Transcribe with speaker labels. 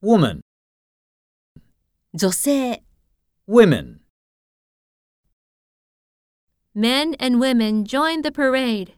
Speaker 1: woman,
Speaker 2: 女性
Speaker 1: women.
Speaker 3: Men and women joined the parade.